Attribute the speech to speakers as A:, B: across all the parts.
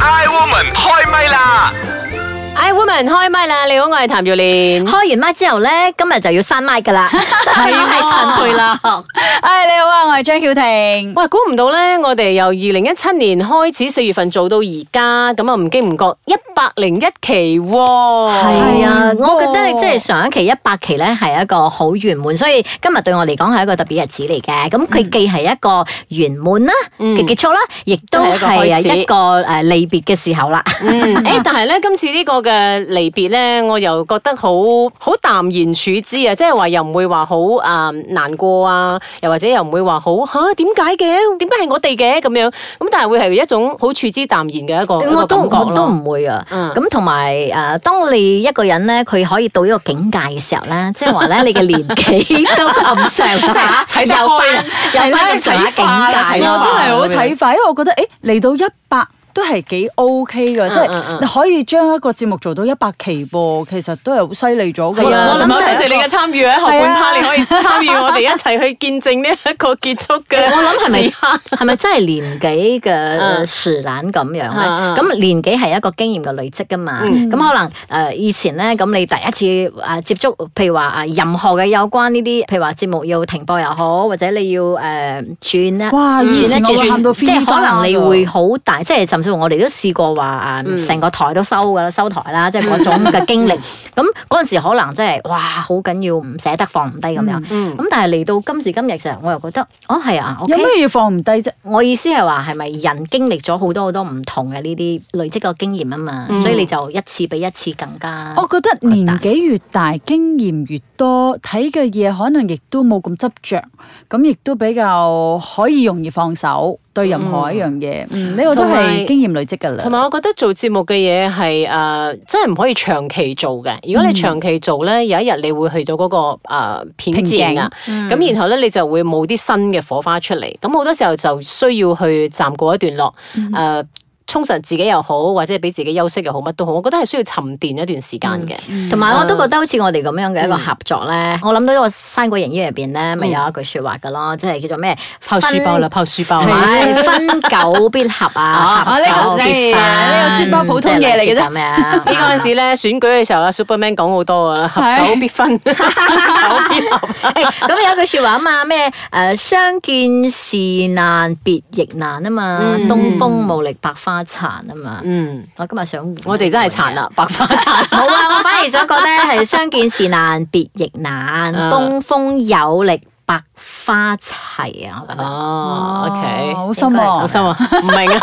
A: Iwoman 開唛啦！
B: I Woman 開唛啦！你好，我係譚耀蓮。
C: 開完麥之後咧，今日就要閂麥噶 啦，係啊陳佩樂。
D: 唉，你好啊，我係張曉婷。
B: 哇，估唔到咧，我哋由二零一七年開始四月份做到而家，咁啊唔經唔覺一百零一期喎。
C: 係啊，
B: 喎
C: 我覺得即係上一期一百期咧係一個好圓滿，所以今日對我嚟講係一個特別日子嚟嘅。咁佢既係一個圓滿啦
B: 嗯
C: 嘅結束啦，亦都係啊一個誒離別嘅時候啦。
B: 嗯，誒，但係咧，今次呢個嘅離別咧，我又覺得好好淡然處之啊，即係話又唔會話好啊難過啊，又或者又唔會話好吓點解嘅？點解係我哋嘅咁樣？咁但係會係一種好處之淡然嘅一個一
C: 我
B: 個
C: 都
B: 感覺
C: 我都
B: 咯。
C: 唔會啊。
B: 嗯
C: 咁同埋誒，當你一個人咧，佢可以到呢個境界嘅時候 咧，即係話咧，你嘅年紀都咁上 下，
B: 即係睇得
C: 又
B: 開啦
C: 翻又翻咁上下境
B: 係
C: 界
B: 啦
D: 我
C: 咯
D: 都。係好
B: 咁樣
D: 睇法，因為我覺得誒嚟到一百都係幾 OK 嘅，即
B: 嗯嗯
D: 係你可以將一個節目做到一百期噃，其實都係好犀利咗㗎
B: 係
D: 啦。
B: 啊，
C: 我
B: 我
C: 諗
B: 諗多
C: 真係
B: 謝你嘅參與喺後
D: 係
B: 半
D: 啊
B: part，你可以參與我哋一齊去見證 呢一個結束嘅
C: 我諗係咪
B: 時刻。
C: 係咪真係年紀嘅
B: 嗯
C: 樹懶咁樣咧？
B: 嗯嗯
C: 咁年紀係一個經驗嘅累積噶嘛。
B: 嗯
C: 咁可能誒以前咧，咁你第一次誒接觸，譬如話誒任何嘅有關呢啲，譬如話節目要停播又好，或者你要誒轉咧。
D: 哇！嗯以
C: 轉
D: 前
C: 一
D: 我會喊到
C: 轉，
D: 飛
C: 即係可能你會
D: 花㗎
C: 好大，即係甚至乎我哋都試過話啊，
B: 嗯
C: 成個台都收噶啦，收台啦，即係嗰種嘅經歷。咁嗰陣時可能真係哇，好緊要，唔捨得放唔低咁樣。
B: 嗯
C: 咁但係嚟到今時今日就，我又覺得，哦係啊，OK
D: 有。咩嘢放唔低啫？
C: 我意思係話係咪人經歷咗好多好多唔同嘅呢啲累積個經驗啊嘛，
B: 嗯
C: 所以你就一次比一次更加。
D: 我覺得年紀越大，經驗越多，睇嘅嘢可能亦都冇咁執着，咁亦都比較可以容易放手對任何一樣嘢。嗯，呢個都
B: 同埋
D: 係經驗累積㗎
B: 同
D: 啦。
B: 埋，我覺得做節目嘅嘢係誒，真係唔可以長期做嘅。如果你長期做咧，有一日你會去到嗰、個誒、呃片戰啊，咁、然後咧你就會冇啲新嘅火花出嚟。咁好多時候就需要去暫過一段落，誒、充實自己又好，或者係俾自己休息又好，乜都好。我覺得係需要沉澱一段時間嘅。
C: 同
D: 嗯
C: 埋我都覺得好似我哋咁樣嘅一個合作咧，我諗到一個《山果人妖》入邊咧，咪有一句説話㗎咯，即係叫做咩？
B: 拋書包啦，拋書包啊
C: 唔
B: 啦。
C: 係分久必合 啊，
D: 啊
C: 合
D: 呢個
C: 久必
D: 真係
C: 分。
D: 啊呢個書包普通嘢嚟
C: 即係
D: 嘅啫
C: 類似咁樣
B: 呢
C: 嗯
B: 嗰陣時咧選舉嘅時候啊，Superman 講好多噶啦，合
D: 係
B: 久必分，合久必合。
C: 誒咁有一句説話啊嘛，咩誒、呃相見是難別亦難啊嘛，
B: 嗯
C: 東風無力百花殘啊嘛。
B: 嗯，
C: 我今日想換
B: 我哋真係殘啊啦，白花殘。
C: 冇啊！我反而想講咧，係相見時難別亦難，
B: 啊
C: 東風有力百花齊啊！我覺 得
B: 哦，OK，
D: 好深
C: 應該係
D: 啊
B: 好！心啊，唔明啊，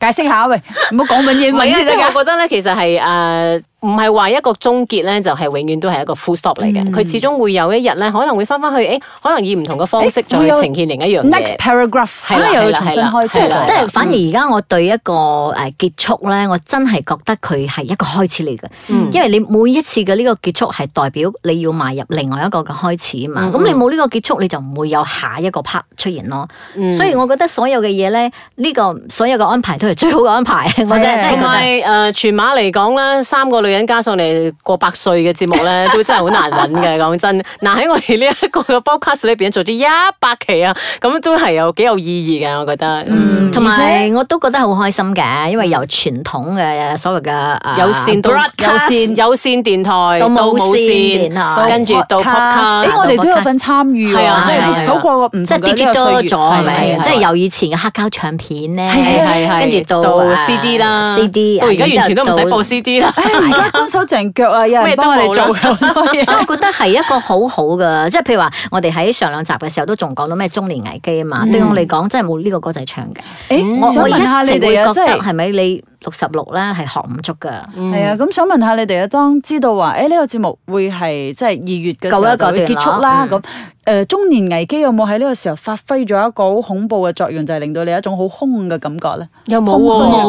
D: 解釋下喂，唔好講永遠
B: 唔係
D: 文
B: 啊，
D: 先
B: 即
D: 得
B: 係
D: 㗎。
B: 我覺得咧，其實係誒，唔係話一個終結咧，就係永遠都係一個 full stop 嚟嘅，
D: 嗯
B: 佢始終會有一日咧，可能會翻翻去，誒，可能以唔同嘅方式
D: 誒
B: 再
D: 會
B: 去
D: 有
B: 呈現另一樣嘢。
D: Next paragraph，
B: 係啦
D: 咁又
B: 係
D: 要
B: 啦
D: 重
B: 係
D: 新
B: 啦
D: 開始
B: 係
D: 啦
B: 啦
C: 即係反而而家我對一個誒結束咧，我真係覺得佢係一個開始嚟嘅，
B: 嗯
C: 因為你每一次嘅呢個結束係代表你要邁入另外一個嘅開始啊嘛。
B: 嗯
C: 咁你冇呢個結束，你就唔會有下一個 part 出現咯。
B: 嗯
C: 所以我覺得所有嘅嘢咧，呢、個所有嘅安排都係最好嘅安排。 我真係真係
B: 同
C: 覺得
B: 埋誒，全馬嚟講咧，三個女人加上嚟過百歲嘅節目 咧，都真係好難揾嘅。講真，嗱喺我哋呢一個嘅 podcast 裏邊做咗一百期啊，咁都係有幾有意義嘅，我覺得。
C: 嗯，同
D: 而
C: 埋我都覺得好開心嘅，因為由傳統嘅所謂嘅啊
B: 有線到
C: broadcast
B: 有線有線電台
C: 到
B: 到
C: 無
B: 無
C: 線啊電台
B: 線，跟住到 podcast，
D: 誒我哋都有份參與
B: 係
D: 喎
B: 啊，
D: 即
C: 係啊
D: 係走過個唔
C: 即
D: 同
C: 係
D: 嘅
C: digital
D: 呢個歲月
C: 咗係咪
B: 係？係
C: 即係由以前嘅黑膠唱片
B: 係
C: 咧，
B: 係係
C: 跟住到
B: 到
C: 啊
B: CD 啦
C: CD
B: 到而家完全都唔使
C: 然之後
B: 播
C: 到
B: CD 啦。
D: 而家乾手淨腳啊，有
B: 咩
D: 人
B: 都
D: 幫我哋
B: 冇啦
D: 做好多 嘢。
C: 所 以我覺得係一個好好嘅，即係譬如話，我哋喺上兩集嘅時候都仲講到咩中年危機啊嘛。
B: 嗯
C: 對我嚟講，真係冇呢個歌仔唱嘅。
D: 誒，
C: 我
D: 想
C: 我一
D: 問下
C: 直
D: 你
C: 會
D: 哋啊，
C: 覺
D: 即
C: 得
D: 係
C: 係咪你六十六咧係學唔足㗎？
B: 嗯
D: 係啊，咁想問下你哋啊，當知道話誒呢個節目會係即係二月嘅時
C: 夠
D: 候
C: 一個
D: 就會結束
B: 嗯
D: 啦，
C: 段落
D: 咁誒中年危機有冇喺呢個時候發揮咗一個好恐怖嘅作用，就係令到你有一種好空嘅感覺咧？
B: 又冇
D: 冇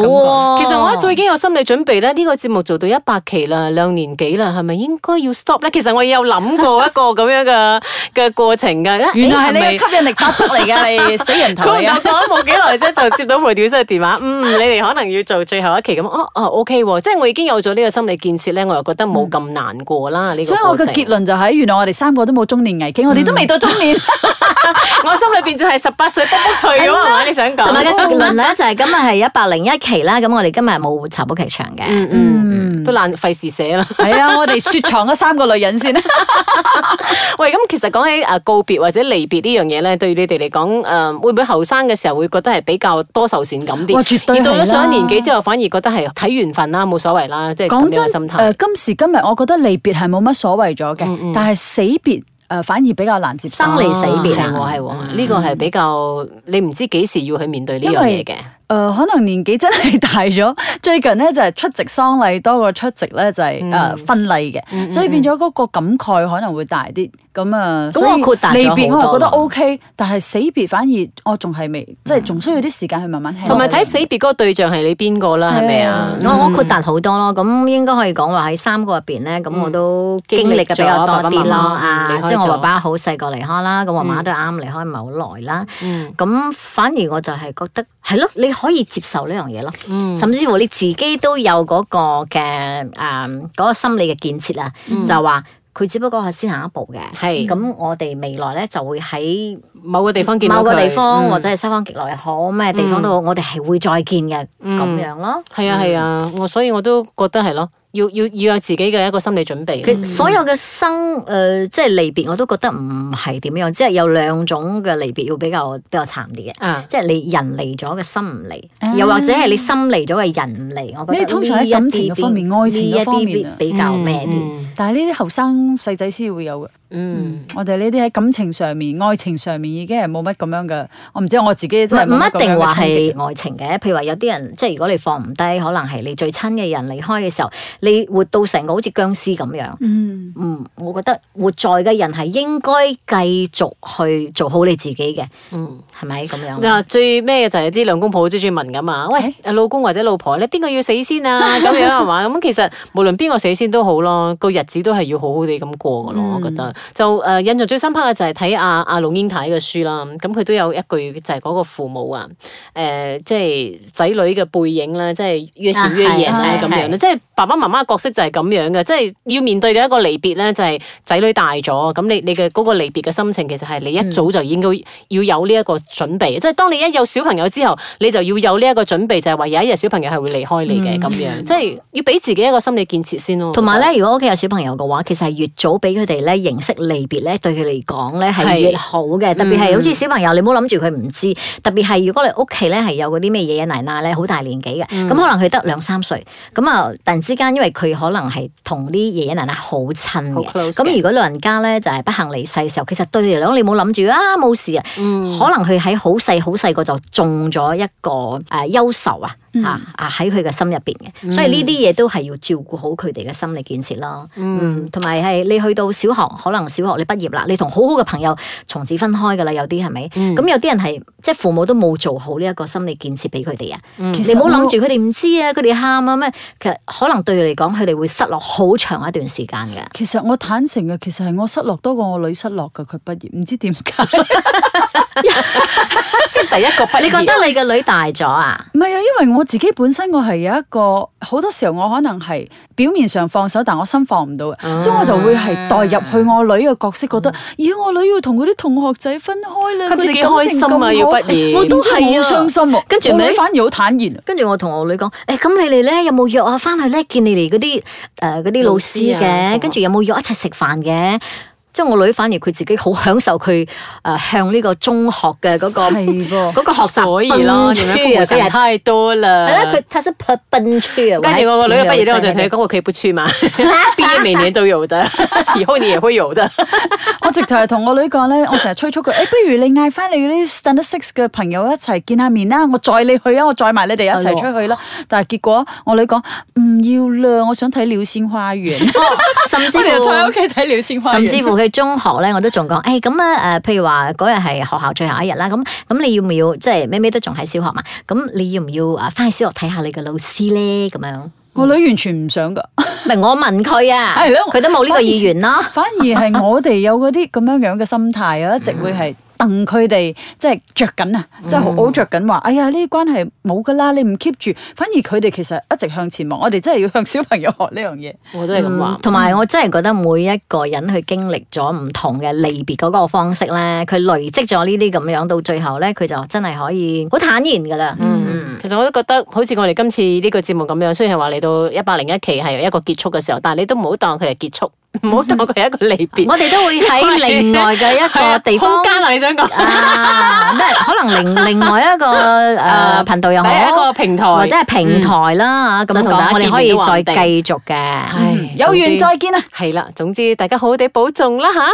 B: 喎。
C: 喎
B: 其實我一早已經有心理準備咧，呢個節目做到一百期啦，兩年幾啦，係咪應該要 stop 咧？其實我有諗過一個咁樣嘅 嘅過程 㗎。
D: 原
B: 誒
D: 來係你嘅吸引力法則嚟 嘅，你死人 頭
B: 佢
D: 嚟
B: 又
D: 啊！
B: 講冇幾耐啫，就接到 producer 嘅電話，嗯，你哋可能要做最後一期咁，哦哦，OK 喎，即係我已經有咗呢個心理建設咧，我又覺得冇咁難過啦呢個
D: 所以我
B: 過
D: 嘅
B: 程
D: 結論就係，原來我哋三個都冇中年危機，我哋都未到中 年，
B: 我心裏邊仲係十八歲卜卜脆
C: 係
B: 咯，
C: 咯
B: 係咪？你想講？嗯
C: 同埋 個結論啊
B: 啊
C: 咧就係今日係一百零一期啦，咁我哋今日冇茶煲劇場嘅。
B: 嗯嗯，都懶費事寫啦。
D: 係啊，我哋雪藏嗰三個女人 先啦。
B: 喂，咁其實講起誒告別或者離別呢樣嘢咧，對你哋嚟講，誒、呃會唔會後生嘅時候會覺得係比較多愁善感啲？
D: 哇絕對
B: 而到
D: 係啦
B: 咗上一年紀之後，反而覺得係睇緣分啦，冇所謂啦，即係
D: 講
B: 咁樣
D: 真
B: 嘅，心
D: 誒
C: 呃
B: 態。
D: 今時今日，我覺得離別係冇乜所謂咗
B: 嗯嗯
D: 嘅，但係死別誒反而比較難接受。
C: 生離死別
B: 係
C: 啊
B: 嗯喎係喎，呢個係比較你唔知幾時要去面對呢
D: 因
B: 樣嘢
D: 為
B: 嘅。
D: 誒、呃可能年紀真係大咗， 最近咧就係、出席喪禮多過出席咧就
C: 嗯
D: 係、誒、呃婚禮嘅，所以變咗嗰個感慨可能會大啲。咁啊，
C: 咁
D: 所以
C: 我豁達咗
D: 離別我
C: 好多
D: 係覺得
C: 啦
D: O K，但係死別反而我仲係未，即係仲需要啲時間去慢慢聽。
B: 同埋睇死別嗰個對象係你邊個啦，係咪啊？
C: 我我豁達好多咯，咁應該可以講話喺三個入邊咧，咁我都經歷嘅比較多
B: 嗯經歷咗爸爸
C: 啲咯
B: 媽媽
C: 啊
B: 離開！咗
C: 即係我爸爸好細個離開啦，咁我媽都啱離開唔係好耐啦。
B: 嗯
C: 咁反而我就係覺得係咯，你可以接受呢樣嘢咯，
B: 嗯
C: 甚至乎你自己都有嗰個嘅誒啊嗰個心理嘅建設啊，就話佢只不過係先行一步嘅。
B: 嗯係
C: 咁我哋未來咧就會喺
B: 某個地方見到
C: 某個
B: 佢
C: 地方
B: 嗯
C: 或者係西方極樂又好，咩地方都
D: 嗯
C: 好，我哋係會再見嘅
B: 嗯
C: 咁樣咯。
B: 係啊係啊，我所以我都覺得係咯，要要要有自己嘅一個心理準備。
D: 嗯
C: 佢所有嘅生誒、呃即係離別，我都覺得唔係點樣，即係有兩種嘅離別要比較比較慘啲嘅，
B: 啊，
C: 即係你人離咗嘅心唔離，
D: 啊
C: 又或者係你心離咗嘅人唔離。我覺得
D: 呢通常喺
C: 呢一啲
D: 感情嘅方面
C: 啲
D: 愛情嘅方面
C: 呢一
D: 啊
C: 啲比比較咩啲？
B: 嗯
D: 但係呢啲後生細仔先會有嘅，
B: 嗯。
D: 我哋呢啲喺感情上面、愛情上面已經係冇乜咁樣嘅。我唔知我自己
C: 唔
D: 真係
C: 唔
D: 冇乜
C: 一
D: 咁樣
C: 定
D: 嘅
C: 話
D: 衝擊
C: 係愛情嘅，譬如話有啲人，即係如果你放唔低，可能係你最親嘅人離開嘅時候，你活到成個好似僵屍咁樣。
D: 嗯，
C: 嗯，我覺得活在嘅人係應該繼續去做好你自己嘅，
B: 嗯
C: 係咪咁樣？啊
B: 嗱，最咩嘅就係啲兩公婆好中意問噶嘛，喂，老公或者老婆咧，邊個要死先啊？咁樣係 嘛？咁其實無論邊個死先都好咯，個日子都係要好好地咁過噶咯，
C: 嗯
B: 我覺得。就誒印象最深刻嘅就係睇阿阿龍英太嘅書啦，咁佢都有一句就係嗰個父母啊，誒即係仔女嘅背影啦，即係越閃越夜啦
C: 啊係
B: 咁樣
C: 係
B: 啦，即係爸爸媽媽嘅角色就係咁樣嘅，即係要面對嘅一個離別咧，就係仔女大咗，咁你你嘅嗰個離別嘅心情其實係你
C: 嗯
B: 一早就應該要有呢一個準備，即係當你一有小朋友之後，你就要有呢一個準備，就係話有一日小朋友係會離開你嘅咁樣，即係要俾自己一個心理建設先咯。
C: 嗯同埋咧，如果屋企有小朋友嘅話，其實係越早俾佢哋咧認識離別咧，對佢嚟講咧
B: 係
C: 係
B: 嗯
C: 越好嘅。特別係好似小朋友，你唔好諗住佢唔知。特別係如果你屋企咧係有嗰啲咩爺爺奶奶咧，好大年紀嘅，咁、
B: 嗯
C: 可能佢得兩三歲，咁啊突然之間，因為佢可能係同啲爺爺奶奶好親
B: 好
C: 嘅，
B: close
C: 咁
B: 嘅
C: 如果老人家咧就係、不幸離世嘅時候，其實對佢嚟講，你冇諗住啊冇事啊，
D: 嗯
B: 嗯
C: 可能佢喺好細好細個就中咗一個誒、呃、憂愁啊
D: 嗯
C: 嚇啊喺佢嘅心入邊嘅，所以呢啲嘢都係要照顧好佢哋嘅心理建設咯。嗯，同埋係你去到小學，可能小學你畢業啦，你同好好嘅朋友從此分開㗎啦，有啲係咪？咁、
D: 嗯
C: 有啲人係即係父母都冇做好呢一個心理建設俾佢哋啊。
D: 嗯其
C: 你
D: 實
C: 唔好
D: 我
C: 諗住佢哋唔知啊，佢哋喊啊咩，其實可能對佢嚟講，佢哋會失落好長一段時間嘅。
D: 其實我坦誠嘅，其實係我失落多過我女失落嘅。佢畢業唔知點解，
B: 即係第一個畢業
C: 你覺得你嘅女大咗啊？
D: 唔係啊，因為我自己本身我係有一個好多時候我可能係表面上放手，但我心放唔到嘅，
B: 啊
D: 所以我就會係代入去我女嘅角色，覺得咦，我女要同嗰啲同學仔分開啦，
B: 佢嗯自己
D: 佢哋感
B: 開
D: 情
B: 心啊
D: 咁
B: 要
D: 好
B: 畢業
D: 我
C: 我都
D: 都係
C: 係啊
D: 好傷心喎。
C: 跟住
D: 我
C: 咪
D: 女反而好坦然。
C: 跟住我同我女講，誒、咁你哋咧有冇約我翻去咧見你哋嗰啲誒嗰啲老師
B: 老師啊
C: 嘅？跟住有冇約一齊食飯嘅？即係我女反而佢自己好享受佢誒、呃向呢個中學嘅嗰、個
D: 啊係 喎
C: 嗰個學習
B: 啊所以啦，
C: 奔
B: 你
C: 出
B: 們
C: 啊
B: 父母想
C: 佢係
B: 太多啦。
C: 係啦，佢他是奔奔出啊！
B: 跟住我個女嘅畢業咧，我就同佢
C: 睇
B: 講我可以不去嘛， 畢業每年都有的，以後你也會有的。
D: 我直頭係同我女講咧，我成日催促佢，誒、哎不如你嗌翻你嗰啲 Standard Six 嘅朋友一齊見下面啦，我載你去啊，我載埋你哋一齊出去啦。但係結果我女講唔要啦，我想睇《鳥仙花園》，
C: 甚
B: 啊
C: 至
D: 我哋就坐喺
C: 乎
D: 屋。企睇《鳥仙花園
C: 甚》。至乎佢中學咧，我都仲講，誒咁啊誒，譬如話嗰日係學校最後一日啦，咁咁你要唔要即係咩咩都仲喺小學嘛？咁你要唔要啊翻去小學睇下你嘅老師咧？咁樣。
D: 我女完全 唔想噶，
C: 唔係我問佢啊，
D: 係 咯
C: 佢都冇呢個意願咯。嗯
D: 反而係我哋有嗰啲咁樣樣嘅心態啊，一直會係戥佢哋即係着緊啊，即係好好着緊話，哎呀呢啲關係冇噶啦，你唔 keep 住，反而佢哋其實一直向前望，我哋真係要向小朋友學呢樣嘢。
B: 我都係咁話
C: 嗯。同埋我真係覺得每一個人去經歷咗唔同嘅離別嗰個方式咧，佢累積咗呢啲咁樣，到最後咧，佢就真係可以好坦然噶啦。嗯，
B: 其實我都覺得好似我哋今次呢個節目咁樣，雖然話嚟到一百零一期係一個結束嘅時候，但係你都唔好當佢係結束，唔好當佢係一個離別。
C: 我哋都會喺另外嘅一個
B: 係啊空
C: 地方。
B: 間啊！你想講
C: 啊，咩可能另另 外一個誒頻道又好，
B: 啊第一個平台
C: 或者係平台啦咁
B: 就同大家
C: 講，我哋
B: 見
C: 可
B: 面
C: 以
B: 都話唔定
C: 嗯再繼續嘅。
B: 唉
D: 有緣再見啊！
B: 係啦，總之大家好好地保重啦吓。